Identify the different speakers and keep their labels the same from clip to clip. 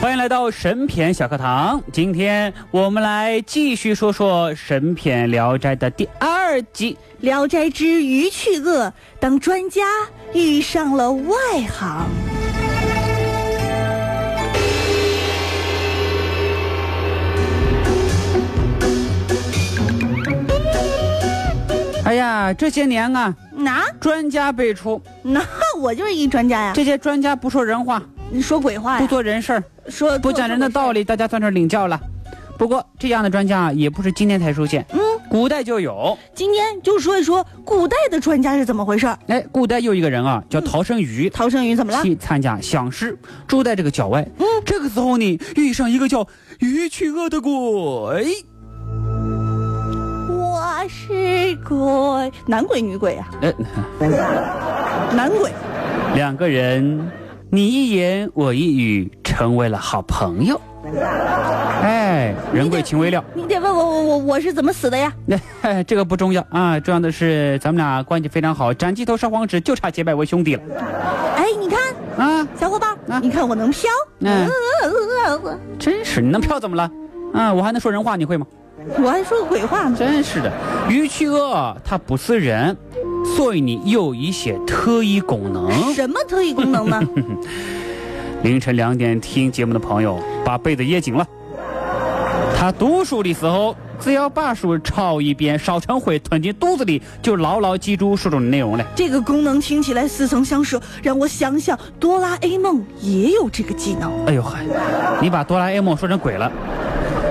Speaker 1: 欢迎来到神篇小课堂，今天我们来继续说说《神篇聊斋》的第二集。
Speaker 2: 《聊斋之鱼去恶》当专家遇上了外行，
Speaker 1: 哎呀，这些年啊，
Speaker 2: 那
Speaker 1: 专家辈出，
Speaker 2: 那我就是一专家呀！
Speaker 1: 这些专家不说人话，
Speaker 2: 你说鬼话
Speaker 1: 不
Speaker 2: 呀？
Speaker 1: 做人事儿，
Speaker 2: 说
Speaker 1: 不讲人的道
Speaker 2: 理。
Speaker 1: 理，大家算是领教了。不过这样的专家啊，也不是今天才出现，嗯，古代就有。
Speaker 2: 嗯今天就说一说古代的专家是怎么回事儿。
Speaker 1: 哎，古代又一个人啊，叫陶生瑜，
Speaker 2: 陶生鱼怎么了？
Speaker 1: 去参加乡试，住在这个郊外。嗯，这个时候呢，遇上一个叫于去恶的鬼。
Speaker 2: 我是鬼，男鬼女鬼啊？
Speaker 1: 呃，
Speaker 2: 男鬼。
Speaker 1: 两个人你一言我一语，成为了好朋友。哎，人贵情未了。
Speaker 2: 你得问我我我我是怎么死的呀？
Speaker 1: 那、这个不重要啊，重要的是咱们俩关系非常好，斩鸡头烧黄纸，就差结拜为兄弟了
Speaker 2: 哎，你看
Speaker 1: 啊！
Speaker 2: 小伙伴，
Speaker 1: 啊
Speaker 2: 你看我能飘。
Speaker 1: 嗯
Speaker 2: 呃我
Speaker 1: 真是，你能票怎么了？啊，我还能说人话，你会吗？
Speaker 2: 我还说鬼话呢。
Speaker 1: 真是的，于去恶他不是人，所以你有一些特异功能。
Speaker 2: 什么特异功能呢？
Speaker 1: 凌晨两点听节目的朋友，把被子掖紧了。他读书的时候，只要把书抄一遍，烧成灰吞进肚子里，就牢牢记住书中的内容了。
Speaker 2: 这个功能听起来似曾相识，让我想想，哆啦 A 梦也有这个技能。
Speaker 1: 哎呦嗨，你把哆啦 A 梦说成鬼了。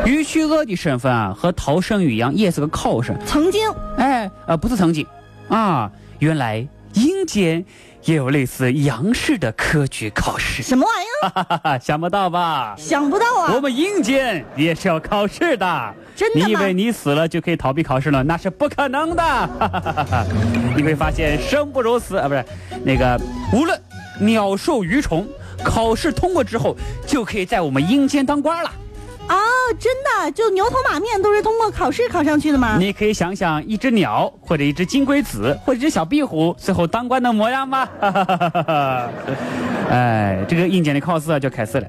Speaker 1: 于旭恶的身份啊，和陶生宇一样，也是个考生。
Speaker 2: 曾经，
Speaker 1: 哎，呃，不是曾经，啊，原来阴间也有类似阳世的科举考试，
Speaker 2: 什么玩意儿？
Speaker 1: 哈哈，想不到吧？
Speaker 2: 想不到
Speaker 1: 啊我
Speaker 2: 啊！
Speaker 1: 们阴间也是要考试的，
Speaker 2: 真的吗
Speaker 1: 你以为你死了就可以逃避考试了？那是不可能的。哈哈哈 哈你会发现生不如死啊，不是那个，无论鸟兽鱼虫，考试通过之后就可以在我们阴间当官了。
Speaker 2: 啊，真的，就牛头马面都是通过考试考上去的吗？
Speaker 1: 你可以想想一只鸟，或者一只金龟子，或者一只小壁虎，最后当官的模样吧。哈哈哈哈哈。 哎，这个阴间的考试啊就开始了。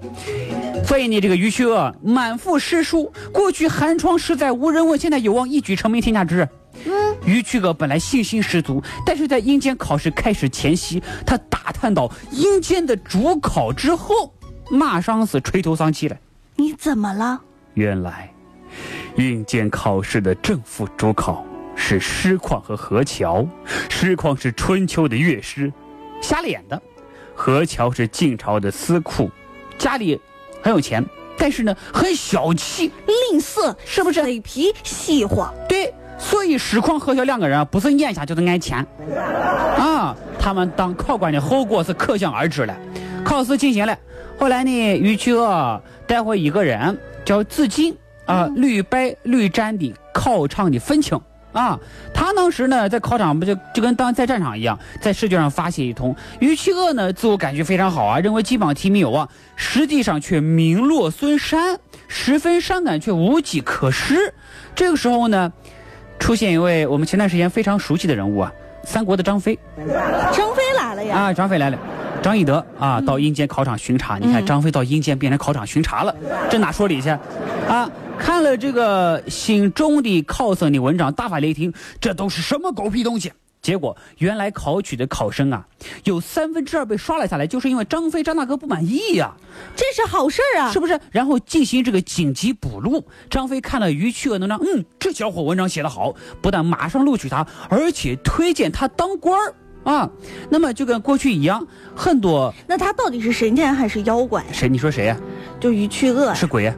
Speaker 1: 所以你这个于去恶满腹诗书，过去寒窗十载无人问，现在有望一举成名天下知人。嗯，于去恶本来信心十足，但是在阴间考试开始前夕，他打探到阴间的主考之后，马上是垂头丧气了。
Speaker 2: 你怎么了？
Speaker 1: 原来，应届考试的正副主考是师旷和何乔，师旷是春秋的乐师，瞎了眼的；何乔是晋朝的司库，家里很有钱，但是呢很小气，
Speaker 2: 吝啬
Speaker 1: 是不是
Speaker 2: 嘴皮细晃，
Speaker 1: 对，所以石矿和小两个人啊不是眼瞎就是爱钱，啊，他们当考官的后果是可想而知了。考试进行了，后来呢，于去恶带回一个人叫子敬啊，屡败屡战的考场的愤青。啊，他当时呢，在考场不就就跟当在战场一样，在试卷上发泄一通。于去恶呢，自我感觉非常好啊，认为金榜题名有望，实际上却名落孙山，十分伤感，却无计可施。这个时候呢，出现一位我们前段时间非常熟悉的人物啊，三国的张飞
Speaker 2: 张飞来了呀！
Speaker 1: 啊，张飞来了。张翼德啊，到阴间考场巡查。你看，张飞到阴间变成考场巡查了，这哪说理去？啊，看了这个心中的考生的文章，大发雷霆，这都是什么狗屁东西！结果原来考取的考生啊，有三分之二被刷了下来，就是因为张飞张大哥不满意啊呀、
Speaker 2: 这是好事儿啊
Speaker 1: 是！不是？然后进行这个紧急补录。张飞看了于去的文章，嗯，这小伙文章写得好，不但马上录取他，而且推荐他当官儿啊。那么就跟过去一样，很多
Speaker 2: 那他到底是神仙还是妖怪？
Speaker 1: 谁？你说谁呀、
Speaker 2: 就于去恶呀，
Speaker 1: 是鬼呀、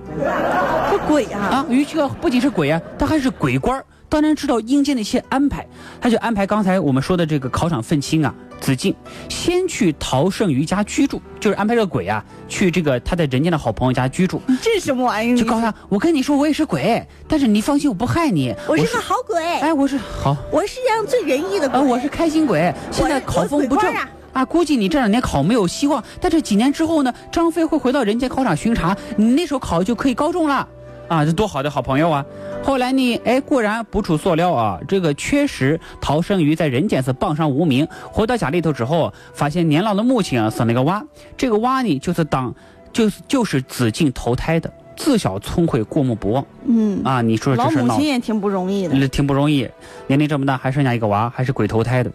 Speaker 2: 是鬼啊！
Speaker 1: 啊，于秋不仅是鬼啊，他还是鬼官儿当然知道阴间的一些安排，他就安排刚才我们说的这个考场愤青啊，子敬先去陶胜于家居住，就是安排这个鬼啊去这个他在人间的好朋友家居住，
Speaker 2: 你这什么玩意儿？
Speaker 1: 就告诉他，我跟你说我也是鬼，但是你放心，我不害你，
Speaker 2: 我是个好鬼，
Speaker 1: 哎，我是好，
Speaker 2: 我是这样最仁义的鬼。
Speaker 1: 啊，我是开心鬼，现在
Speaker 2: 我
Speaker 1: 考
Speaker 2: 我
Speaker 1: 风
Speaker 2: 是
Speaker 1: 不
Speaker 2: 鬼
Speaker 1: 正
Speaker 2: 官啊
Speaker 1: 啊，估计你这两年考没有希望，但是几年之后呢，张飞会回到人间考场巡查，你那时候考就可以高中了，啊，这多好的好朋友啊！后来呢，哎，果然捕处所料啊，这个确实陶生于在人间是傍上无名，回到家里头之后，发现年老的母亲啊生了个娃，这个娃呢就是当就是就是子敬投胎的，自小聪慧过目不忘
Speaker 2: 嗯，
Speaker 1: 啊，你说这
Speaker 2: 老
Speaker 1: 事儿
Speaker 2: 母
Speaker 1: 闹的嗯
Speaker 2: 亲也挺不容易的。
Speaker 1: 挺不容易，年龄这么大还剩下一个娃，还是鬼投胎的。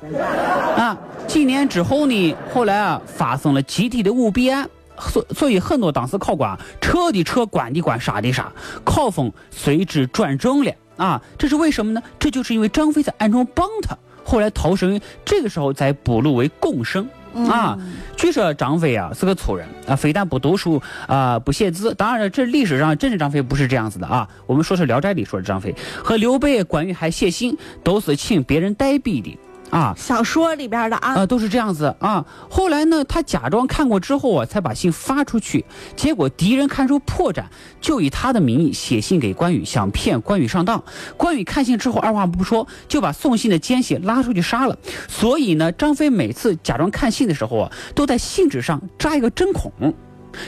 Speaker 1: 啊，几年之后呢，后来啊发生了集体的舞弊案，所所以很多当时考官啊撤的撤，关的关，杀的杀，考风随之转正了。啊，这是为什么呢？这就是因为张飞在暗中帮他，后来陶生这个时候才补录为贡生。
Speaker 2: 嗯
Speaker 1: 啊，据说张飞啊是个粗人啊，非但不读书啊、不写字。当然了，这历史上真实张飞不是这样子的啊。我们说是《聊斋》里说的张飞和刘备、关羽还写信，都是请别人代笔的啊。
Speaker 2: 小说里边的啊，
Speaker 1: 啊，都是这样子啊。后来呢，他假装看过之后啊，才把信发出去。结果敌人看出破绽，就以他的名义写信给关羽，想骗关羽上当。关羽看信之后，二话不说就把送信的奸细拉出去杀了。所以呢，张飞每次假装看信的时候啊，都在信纸上扎一个针孔。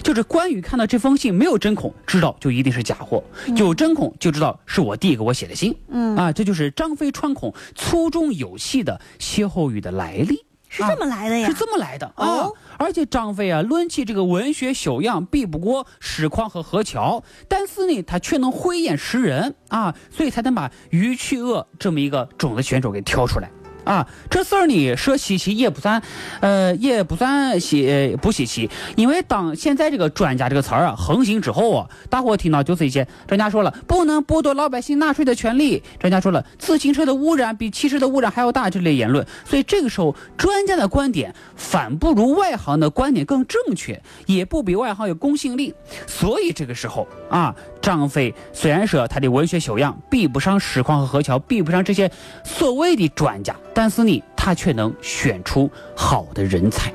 Speaker 1: 就是关羽看到这封信没有针孔，知道就一定是假货；有针孔就知道是我弟给我写的信。嗯啊，这就是张飞穿孔粗中有细的歇后语的来历。
Speaker 2: 是这么来的呀
Speaker 1: 是？这么来的啊！
Speaker 2: 哦
Speaker 1: 而且张飞啊，论起这个文学修养，比不过史况和何乔，但是呢，他却能慧眼识人啊，所以才能把于去恶这么一个种子选手给挑出来。啊，这事儿呢说稀奇也不算，呃，也不算稀不稀奇，因为当现在这个“专家”这个词儿啊横行之后啊，大伙听到就是一些专家说了，不能剥夺老百姓纳税的权利，专家说了，自行车的污染比汽车的污染还要大这类言论，所以这个时候专家的观点反不如外行的观点更正确，也不比外行有公信力，所以这个时候啊，张飞虽然说他的文学修养比不上史况和何乔，比不上这些所谓的专家，但是呢，他却能选出好的人才，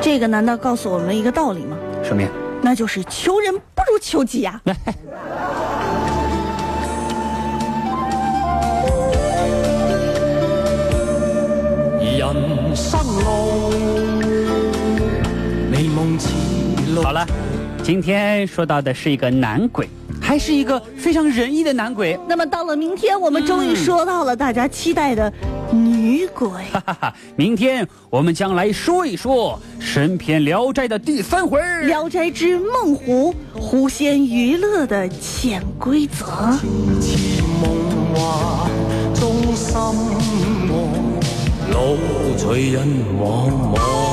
Speaker 2: 这个难道告诉我们一个道理吗？
Speaker 1: 什么呀？哎
Speaker 2: 那就是求人不如求己啊呀、
Speaker 3: 人生路，美梦似路。
Speaker 1: 好了，今天说到的是一个男鬼，还是一个非常仁义的男鬼。
Speaker 2: 那么到了明天，我们终于说到
Speaker 1: 嗯
Speaker 2: 了大家期待的女 鬼。
Speaker 1: 哈哈，啊明天我们将来说一说神篇《聊斋》的第三回。
Speaker 2: 《聊斋之梦狐》狐仙娱乐的潜规则。
Speaker 3: 似夢話，中心我，老隨人往往。